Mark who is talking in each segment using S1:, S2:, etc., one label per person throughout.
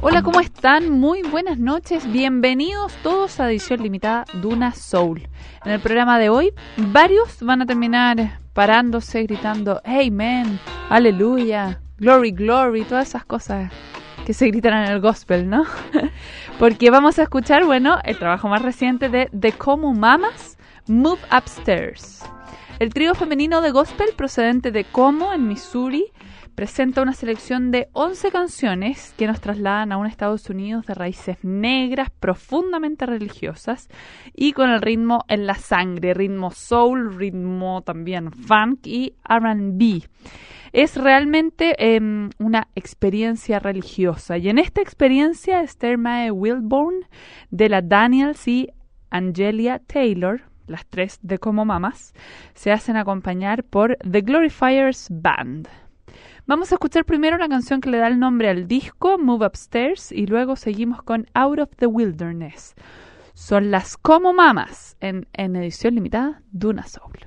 S1: Hola, ¿cómo están? Muy buenas noches. Bienvenidos todos a edición limitada Duna Soul. En el programa de hoy, varios van a terminar parándose, gritando Amen, Aleluya, Glory, Glory, todas esas cosas que se gritan en el gospel, ¿no? Porque vamos a escuchar, bueno, el trabajo más reciente de The Como Mamas, Move Upstairs. El trío femenino de gospel procedente de Como, en Missouri, presenta una selección de 11 canciones que nos trasladan a un Estados Unidos de raíces negras, profundamente religiosas y con el ritmo en la sangre, ritmo soul, ritmo también funk y RB. Es realmente eh, una experiencia religiosa y en esta experiencia Esther Mae Wilborn de la Daniels y Angelia Taylor las tres de Como Mamas, se hacen acompañar por The Glorifiers Band. Vamos a escuchar primero la canción que le da el nombre al disco, Move Upstairs, y luego seguimos con Out of the Wilderness. Son las Como Mamas en, en edición limitada Duna Soul.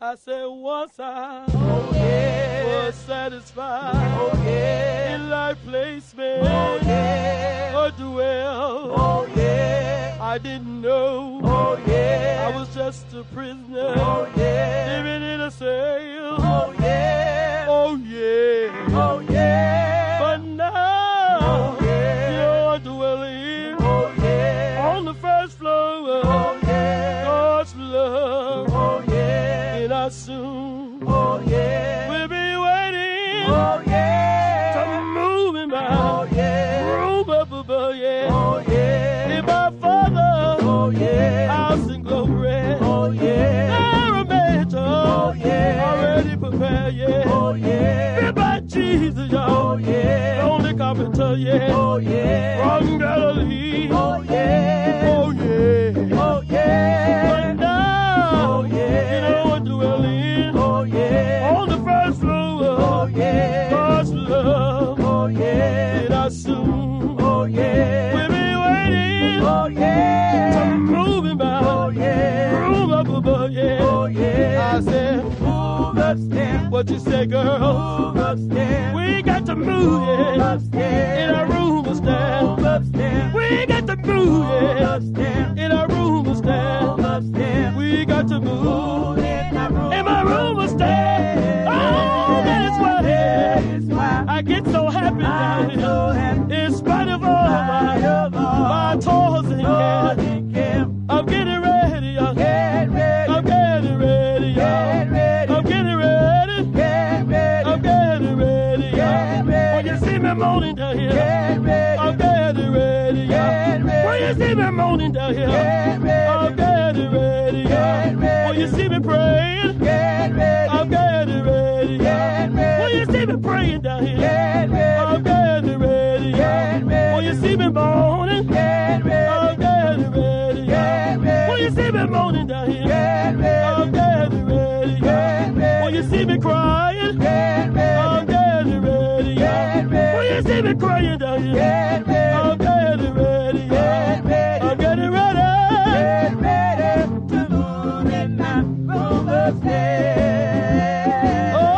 S2: I said, once I oh, yeah. was satisfied, oh, yeah. in life placement, oh, yeah. or dwell, oh, yeah. I didn't know, oh, yeah. I was just a prisoner, oh, yeah. living in a cell, oh, yeah. oh yeah, oh yeah. But now, oh, yeah. you're dwelling, oh, yeah. on the first floor, of oh, yeah. God's love, oh, yeah. and I soon, oh yeah, will be waiting, oh yeah, to move in my oh, yeah. room up above, yeah, oh yeah, in my father, oh yeah, house in glory, oh yeah, there oh yeah, already prepared, yeah, oh yeah, built by Jesus, y'all, oh yeah, only carpenter, yeah, oh yeah, from Galilee, oh yeah, oh yeah, oh yeah, but now, oh yeah, you know what dwelling, oh yeah, on the first floor, oh yeah, God's love, oh yeah, and I soon, oh yeah, we'll be waiting, oh yeah, to move him out, oh yeah, room up above, yeah, oh yeah, I said, move upstairs, what you say, girl, move upstairs, we got to move, yeah, move upstairs, in our room upstairs, move upstairs, we got to move, yeah, move upstairs, in our room upstairs, move upstairs, we got to move, move in our room, in my room upstairs, oh, that is what it is. I get so happy down here. In spite of all my, my toils and care. I'm getting ready, y'all. I'm getting ready, y'all. I'm getting ready. I'm getting ready, y'all. When you see me moaning down here, I'm getting ready, y'all. When you see me moaning down here, I'm getting ready, y'all. When you see me praying, I'm getting ready, y'all. When you see me praying down here, I'm getting ready, y'all. When you see me moaning, I'm getting ready, y'all. When you see me moaning down here, I'm getting ready, y'all. When you see me crying, I'm getting ready, y'all. When you see me crying down here, I'm getting ready, y'all. I'm getting ready.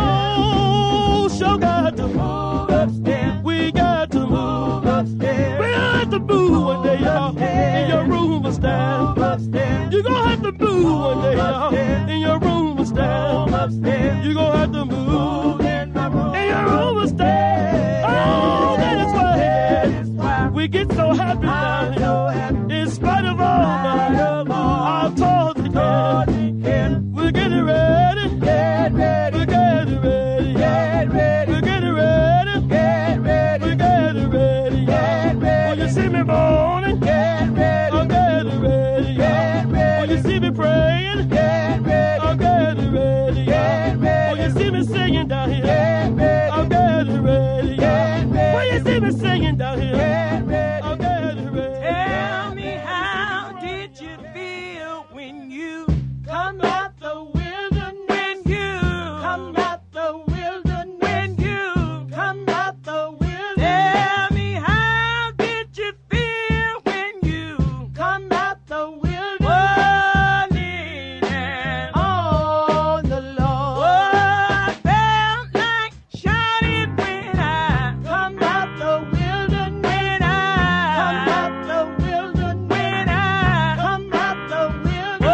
S2: Oh, sure got to move upstairs. We got to move upstairs. We got to move one day, y'all. In your room upstairs. upstairs. You gonna have to move one day, y'all. In your room upstairs. upstairs. You gonna have to move in my room. In your room upstairs. Oh, that is why. We get so happy down here. In spite of all my our toils and cares. We're getting ready. We're getting ready. We're getting ready. We're getting ready. When you see me moaning, I'm getting ready. When you see me praying, I'm getting ready. When you see me singing down here, I'm getting ready. When you see me singing down here, I'm getting ready.
S3: Tell me how did you feel when you come out the wilderness? When you come out the wilderness? When you come out the wilderness? Tell me how did you feel when you come out the wilderness? One and on the Oh, Lord. I felt like shouting when I come out the wilderness. Oh, Oh,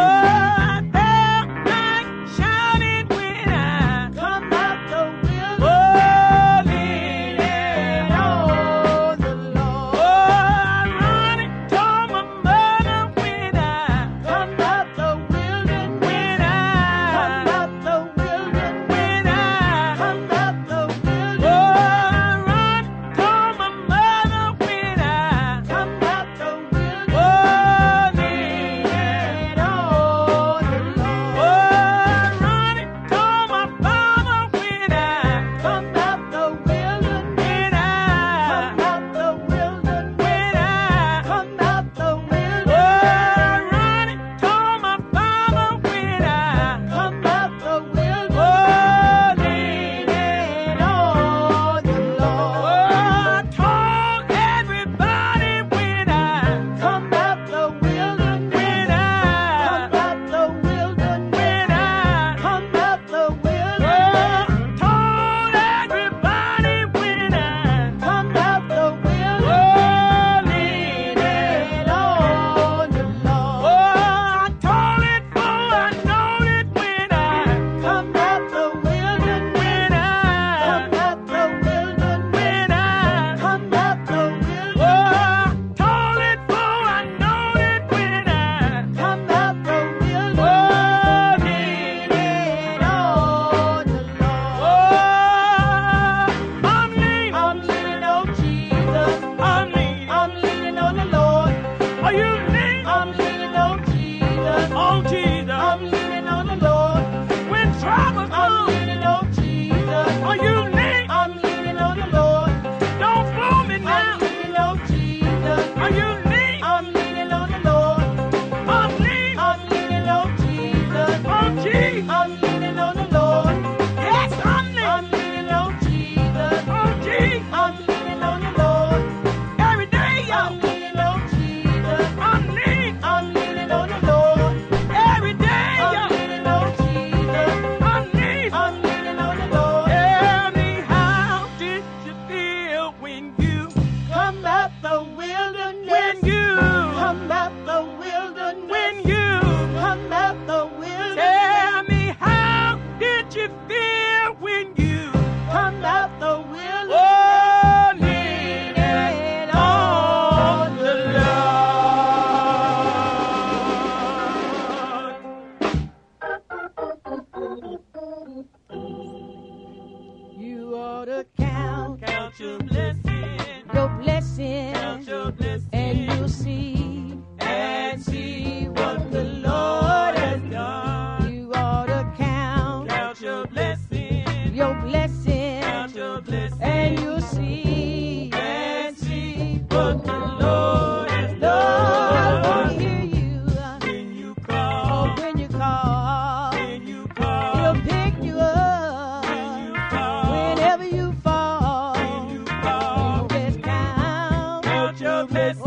S3: to count,
S2: Count your blessings.
S3: your blessings,
S2: Count your blessings.
S3: and you'll see,
S2: and see what the Lord has done.
S3: you ought to count,
S2: Count your blessings.
S3: your blessings,
S2: Count your blessings.
S3: and you'll see,
S2: and see what the Lord has
S3: I
S2: done.
S3: wanna hear you
S2: When you
S3: oh,
S2: call,
S3: when you call,
S2: when you
S3: he'll
S2: call,
S3: pick you
S2: when you
S3: up,
S2: call,
S3: whenever you fall,
S2: when you call,
S3: just count,
S2: count your
S3: all
S2: blessings.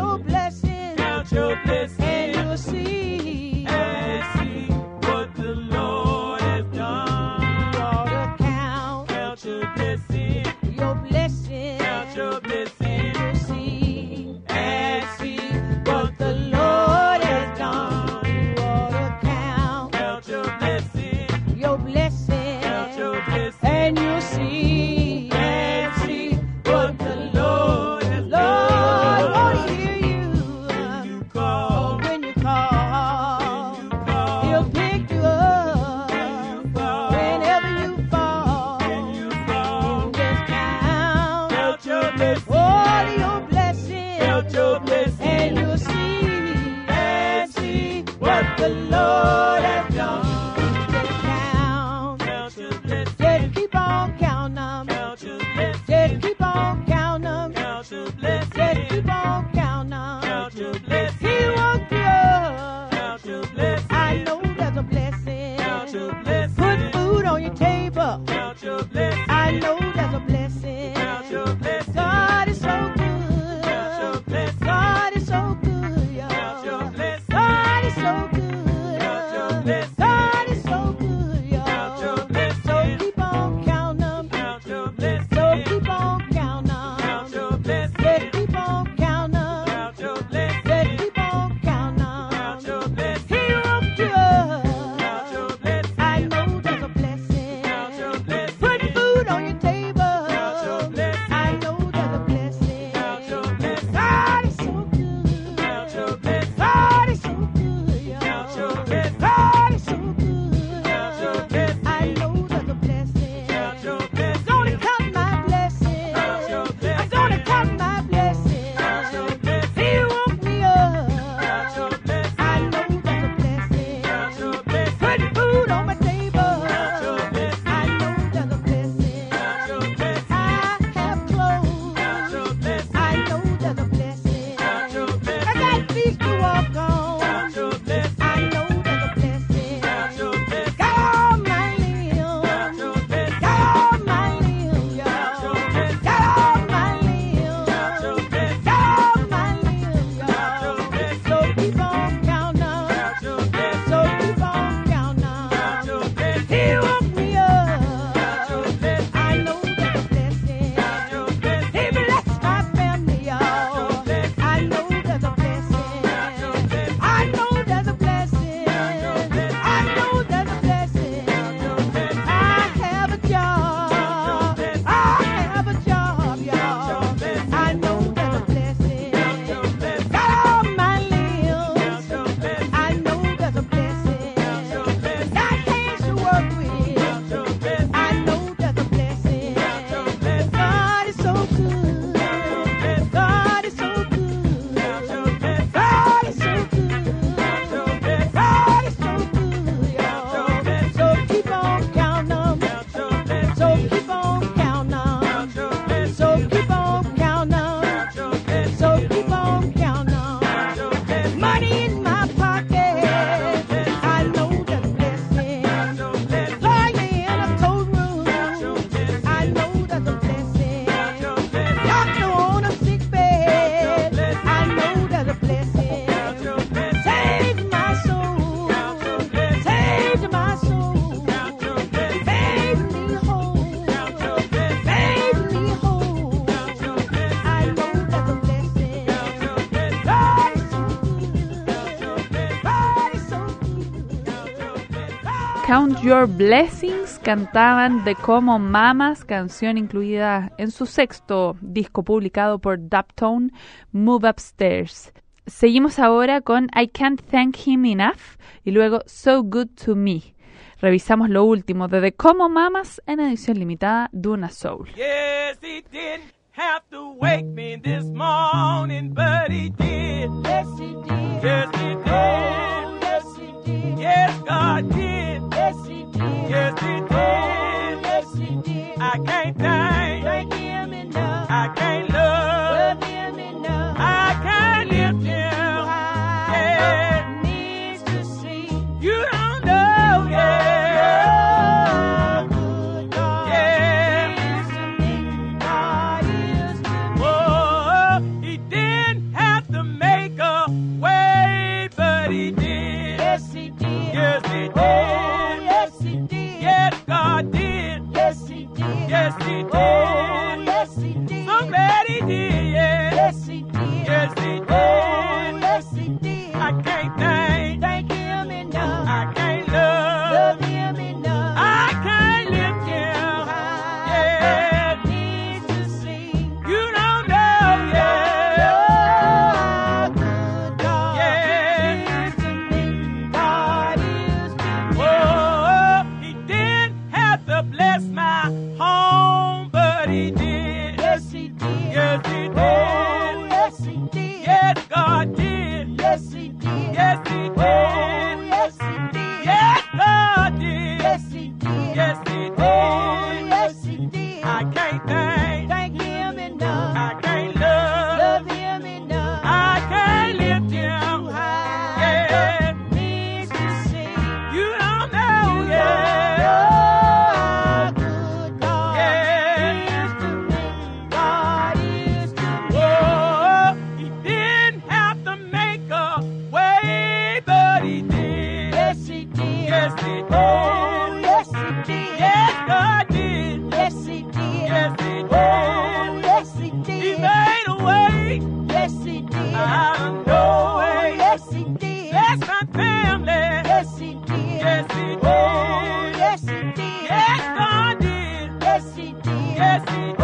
S3: your blessings,
S2: Count your
S3: and
S2: blessings.
S3: you'll see,
S2: and see what the Lord has done.
S3: you ought to count.
S2: Count your blessings,
S3: Your blessing,
S2: count your blessings,
S3: you'll see
S2: and see
S3: what the Lord has done. You ought to count
S2: Count your blessings,
S3: your blessing,
S2: count your blessings,
S3: and you'll see,
S2: and see what the Lord has
S3: Lord, I want to
S2: done.
S3: hear you Oh,
S2: You call,
S3: when you call.
S2: you call,
S3: He'll pick you up
S2: you call,
S3: whenever you fall.
S2: you call.
S3: Just count
S2: Count your blessings,
S3: all your blessings,
S2: count your blessings,
S3: and you'll see.
S2: and see what the Lord has done.
S3: Just count.
S2: Count your blessings,
S3: Just keep on counting 'em.
S2: count your blessings,
S3: Just keep on counting 'em.
S2: count your
S3: Just
S2: blessings.
S3: keep on counting 'em.
S2: Count your
S3: He
S2: blessings.
S3: woke you up.
S2: Count your blessings.
S3: I know
S2: Count
S3: there's a
S2: your
S3: blessing. Put
S2: blessings.
S3: food on your table.
S2: Count your blessings.
S3: I know there's a blessing.
S2: Count your blessings.
S3: God is so
S2: Count your
S3: good.
S2: blessings.
S3: God is so good, y'all.
S2: Count your blessings.
S3: God is so good.
S2: Count your blessings.
S3: God is so good,
S2: Count your
S3: y'all. So
S2: blessings.
S3: keep on counting 'em.
S2: Count your
S3: So
S2: blessings.
S3: keep on counting 'em.
S2: Count your
S3: Just
S2: blessings.
S3: keep on counting 'em.
S2: Count your
S3: Just
S2: blessings.
S3: keep on counting 'em.
S2: Count your blessings.
S3: He woke you up.
S2: Count your blessings.
S3: I know there's a blessing.
S2: Count your blessings.
S3: Put food on your table.
S2: your blessing.
S3: I know there's a blessing.
S2: Count your blessings.
S3: God is so good.
S2: Count your blessings.
S3: God is so good. y'all.
S2: Count your blessings.
S3: God is so good.
S2: Count your blessings.
S3: I know there's a blessing.
S2: Count your
S3: I'm
S2: blessings.
S3: gonna count my blessing.
S2: Count your blessings.
S3: I'm gonna count my blessing.
S2: Count your blessings.
S3: He woke me up.
S2: Count your blessings.
S3: I know there's a blessing.
S2: Count your blessings.
S3: Put food on my table.
S2: Count your blessings.
S3: I know there's a blessing.
S2: Count your blessings.
S3: I have
S2: Count
S3: clothes.
S2: your blessings.
S3: I know there's a blessing.
S2: Count your blessings.
S3: I got feet to walk on.
S2: Count your blessings.
S3: I know there's a blessing.
S2: Count your blessings.
S3: Got all my
S2: Count
S3: limbs.
S2: your blessings.
S3: Got all my limbs,
S2: Count your
S3: y'all.
S2: blessings.
S3: Got all my limbs.
S2: Count your blessings.
S3: Got all my limbs,
S2: Count your
S3: y'all.
S2: blessings.
S3: So keep on counting.
S2: Count your blessings.
S3: So keep on
S2: Count
S3: counting.
S2: your blessings.
S3: He woke me
S2: Count your
S3: up.
S2: blessings.
S3: I know there's a blessing.
S2: Count your blessings.
S3: He blessed my family, y'all. I know there's a blessing. I know there's a blessing. I know there's a blessing. I have a job. I have a job, y'all. I know there's a blessing. Got all my limbs. I know there's a blessing. Got hands to work with. I know there's a blessing. God is so good. God is so good. God is so good. God is so good, y'all. So keep on counting 'em. So keep on counting 'em. So keep on counting 'em. So keep on counting 'em. Money in my pocket. I know that's blessing. Lawyer in a courtroom. I know that's a blessing. Doctor on a sick bed. I know that's a blessing. Saved my soul. Saved my soul. Made me whole. Made me whole. I know that's a blessing. God is so good. God is so good. God
S1: Count Your Blessings cantaban de Como Mamas, canción incluida en su sexto disco publicado por Daptone, Move Upstairs. Seguimos ahora con I Can't Thank Him Enough y luego So Good to Me. revisamos lo último de The Como Mamas en edición limitada Duna Soul.
S4: Yes, he didn't have to wake me this morning, but he did. Yes, he did. Yes, he did. yes, he did. Yes, God did. Yes, he did. Yes, he did. yes, he did. I can't thank, him enough. I can't love, him enough. I can't lift him high. Needs to see. You don't know, yeah. Yeah. Oh, he didn't have to make a way, but he did. Yes, he did. Yes, he did. yes, he did. Yes, God did. Yes, he did. Yes, he did. yes, he did. Somebody did. Yeah. Yes, he did. Yes, he did. yes, he did. I can't thank. Thank him enough. I can't love. Love him enough. I can't lift him high. Yeah. Needs to see. You don't know. Yeah. Yeah. Oh, he didn't have to bless my home, but he did. Yes, he did. Yes, he did. yes, he did. Yes, God did. Yes, he did. Yes, he did. yes, he did. Yes, God did. Yes, he did. Yes, he did. yes, he did. I can't thank. Thank him enough. I can't love. Love him enough. I can't lift him high. Yeah. Needs to see. You don't know. Yeah. Good God. Yeah. Is to me. God is to me. Whoa. He didn't have to make a way, but he did. Yes, he did. Yes, he did. Oh, yes, he did. Yes, God did. Yes, he did. Yes, he did. Oh, yes, he did. He made a way. Yes, he did. Out of no way. Yes, he did. That's my family. Yes, he did. Yes, he did. Oh, yes, he did. Yes, God did. Yes, he did. Yes, he did. Oh,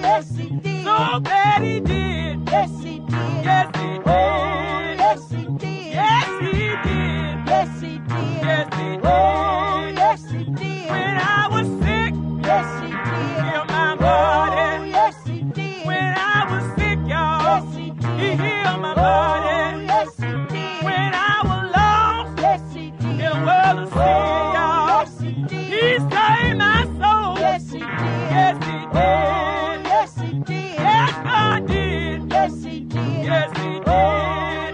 S4: yes, he did. So glad he did. Yes, he did. Yes, he did. Oh, yes, he did. Yes, he did. Yes, he did. Yes, he did. Oh, yes, he did. When I was sick. Yes, he did. Healed my body. Oh, yes, he did. When I was sick, y'all. Yes, he did. He healed my body. Oh, yes, he did. When I was lost. Yes, he did. In a world of sin, y'all. Yes, he did. He saved my soul. Yes, he did. Yes, he did. Oh, yes, he did. Yes, God did. Yes, he did. Yes, he did. Oh,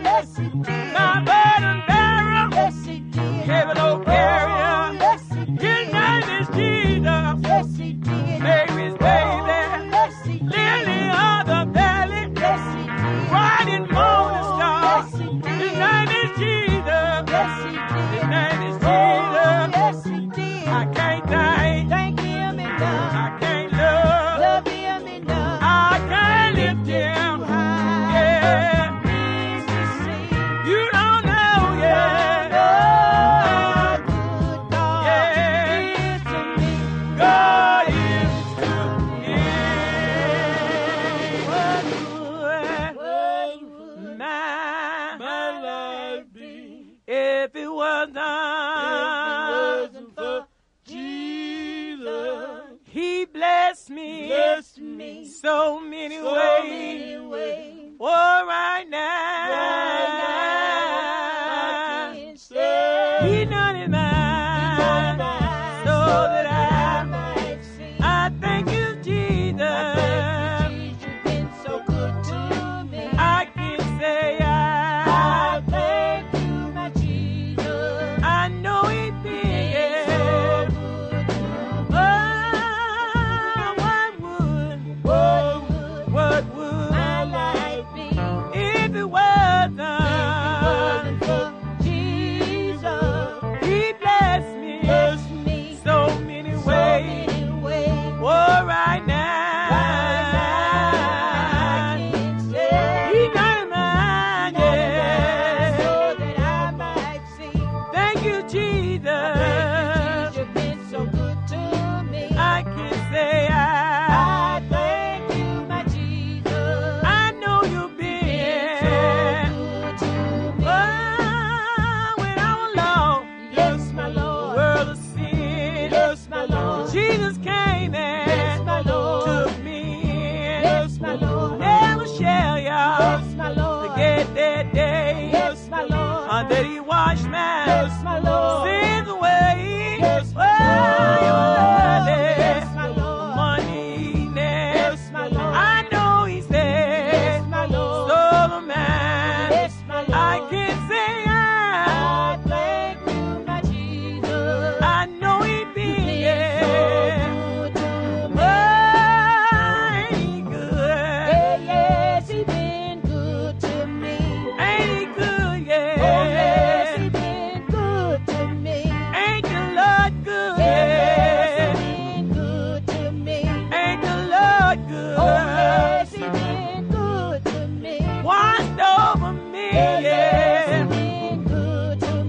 S4: yes, he did. My burden bearer. Yes, he did. Heaven, oh, carrier. Oh, yes, he did. His name is Jesus. Yes, he did. Mary's baby. Yes, he did. Lily of the valley. Yes, he did. Riding morning star. Yes, he did. His name is Jesus. Yes, he did. His name is Jesus. Yes, he did. I can't thank. Thank him enough. I can't love. Love him enough. I can't lift him high. Yeah. You don't know, yeah. Yeah. God is good. Yeah. What would my,
S2: My life be
S4: if it was not
S2: if it wasn't for Jesus.
S4: He blessed me,
S2: Bless me
S4: so many
S2: so
S4: ways.
S2: many ways.
S4: Oh, right now.
S2: I can
S4: He
S2: say
S4: done it mine. So that I might. I thank you, Jesus. I can say I thank you, my Jesus. I know He did. Oh, what would,
S2: what
S4: what
S3: Oh,
S4: thirsty.
S3: been good to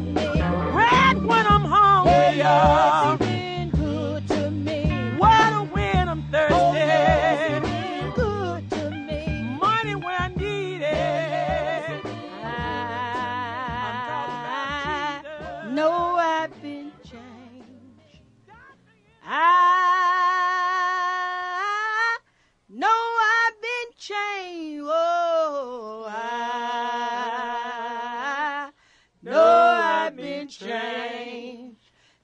S3: me.
S4: Red when I'm hungry, y'all.
S3: Has he been good to me?
S4: Water when I'm
S3: Has he
S4: thirsty.
S3: been good to me?
S4: Money when I need it.
S3: I
S4: I'm talking about Jesus.
S3: know I've been changed. I know I've been changed. Oh, I know I've been changed.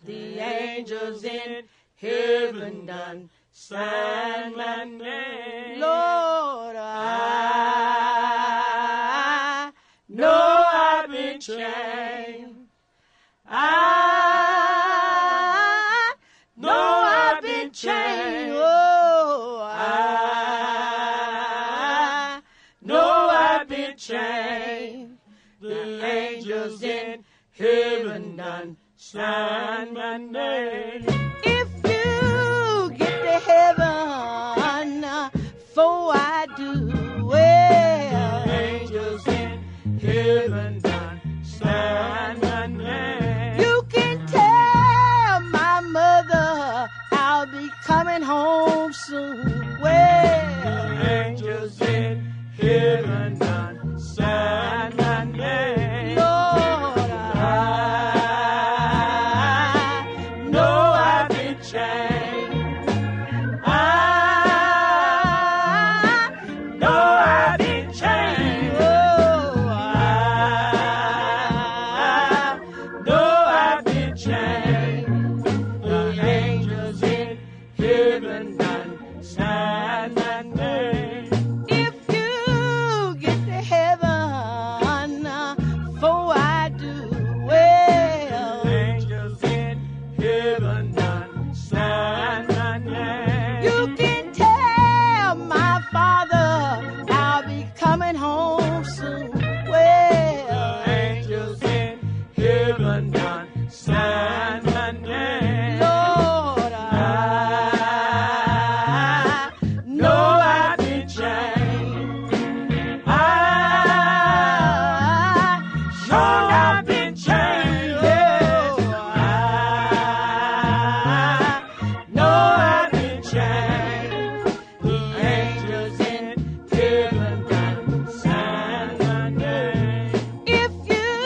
S3: The angels in heaven done sign my name. Lord, I know I've been changed. I know Oh, I've been changed. Oh, I know I've been changed. The angels in heaven done sign my name. If you get to heaven uh, before I do, well, angels in heaven done sign my name. You can tell my mother I'll be coming home soon. Well,
S4: Angels in heaven done sign my name.
S3: Lord,
S4: I know Oh, I've been changed. I know I've been changed.
S3: oh,
S4: I know I've been changed. The angels in heaven done sign my name.
S3: If you get to heaven uh, before I do, well,
S4: Angels in heaven done sign my name.
S3: you can tell my father I'll be coming home soon. Well,
S4: angels in heaven done sign my name.
S3: Lord,
S4: I know I've been changed. I know I've been changed. yeah. I know I've been changed. The angels in heaven done sign my name.
S3: If you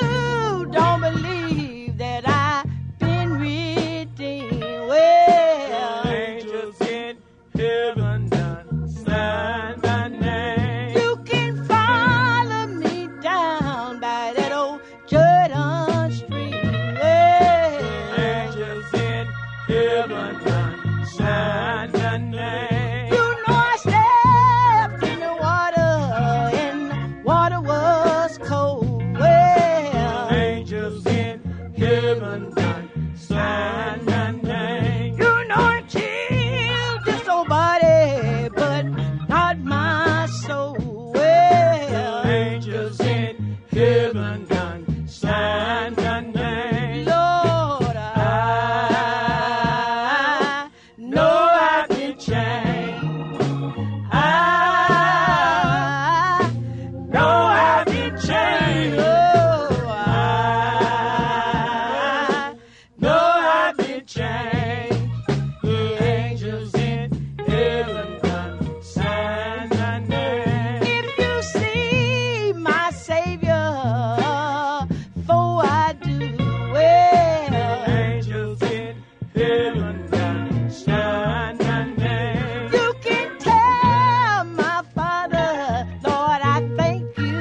S3: don't believe that I've been redeemed, well,
S4: Angels in heaven done sign my name.
S3: you can follow me down by that old Jordan Street. Well,
S4: Angels in heaven done sign my
S3: you
S4: name.
S3: know I stepped in the water and the water was cold. Well,
S4: Angels in heaven done sign my name.
S3: you know it chilled this old body, but not my soul. Well.
S4: Angels in heaven done sign my name.
S3: Lord,
S4: I
S3: I
S4: know I've been changed. I know I've been changed. Oh, I know I've been changed. The angels in heaven done sign my name.
S3: If you see my Savior, for I do well.
S4: Angels in heaven done sign my name.
S3: You can tell my Father, Lord, I thank you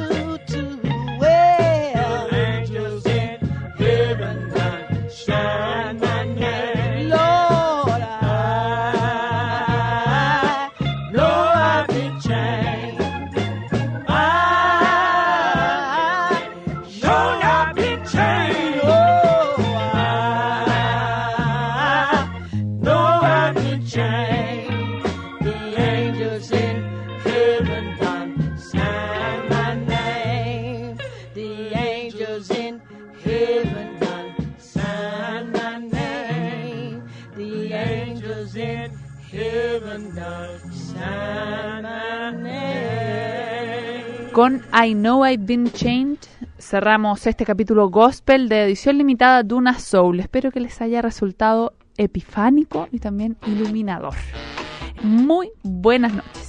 S3: too well.
S4: Angels in heaven done sign my name.
S3: Lord,
S4: I know I've been changed. I know I've been changed. Oh, I know I've been changed. The angels in heaven done sign my name. The angels in heaven done sign my name. The angels in heaven done sign my name.
S1: con I Know I've Been Chained cerramos este capítulo gospel de edición limitada Duna Soul. Espero que les haya resultado epifánico y también iluminador. Muy buenas noches.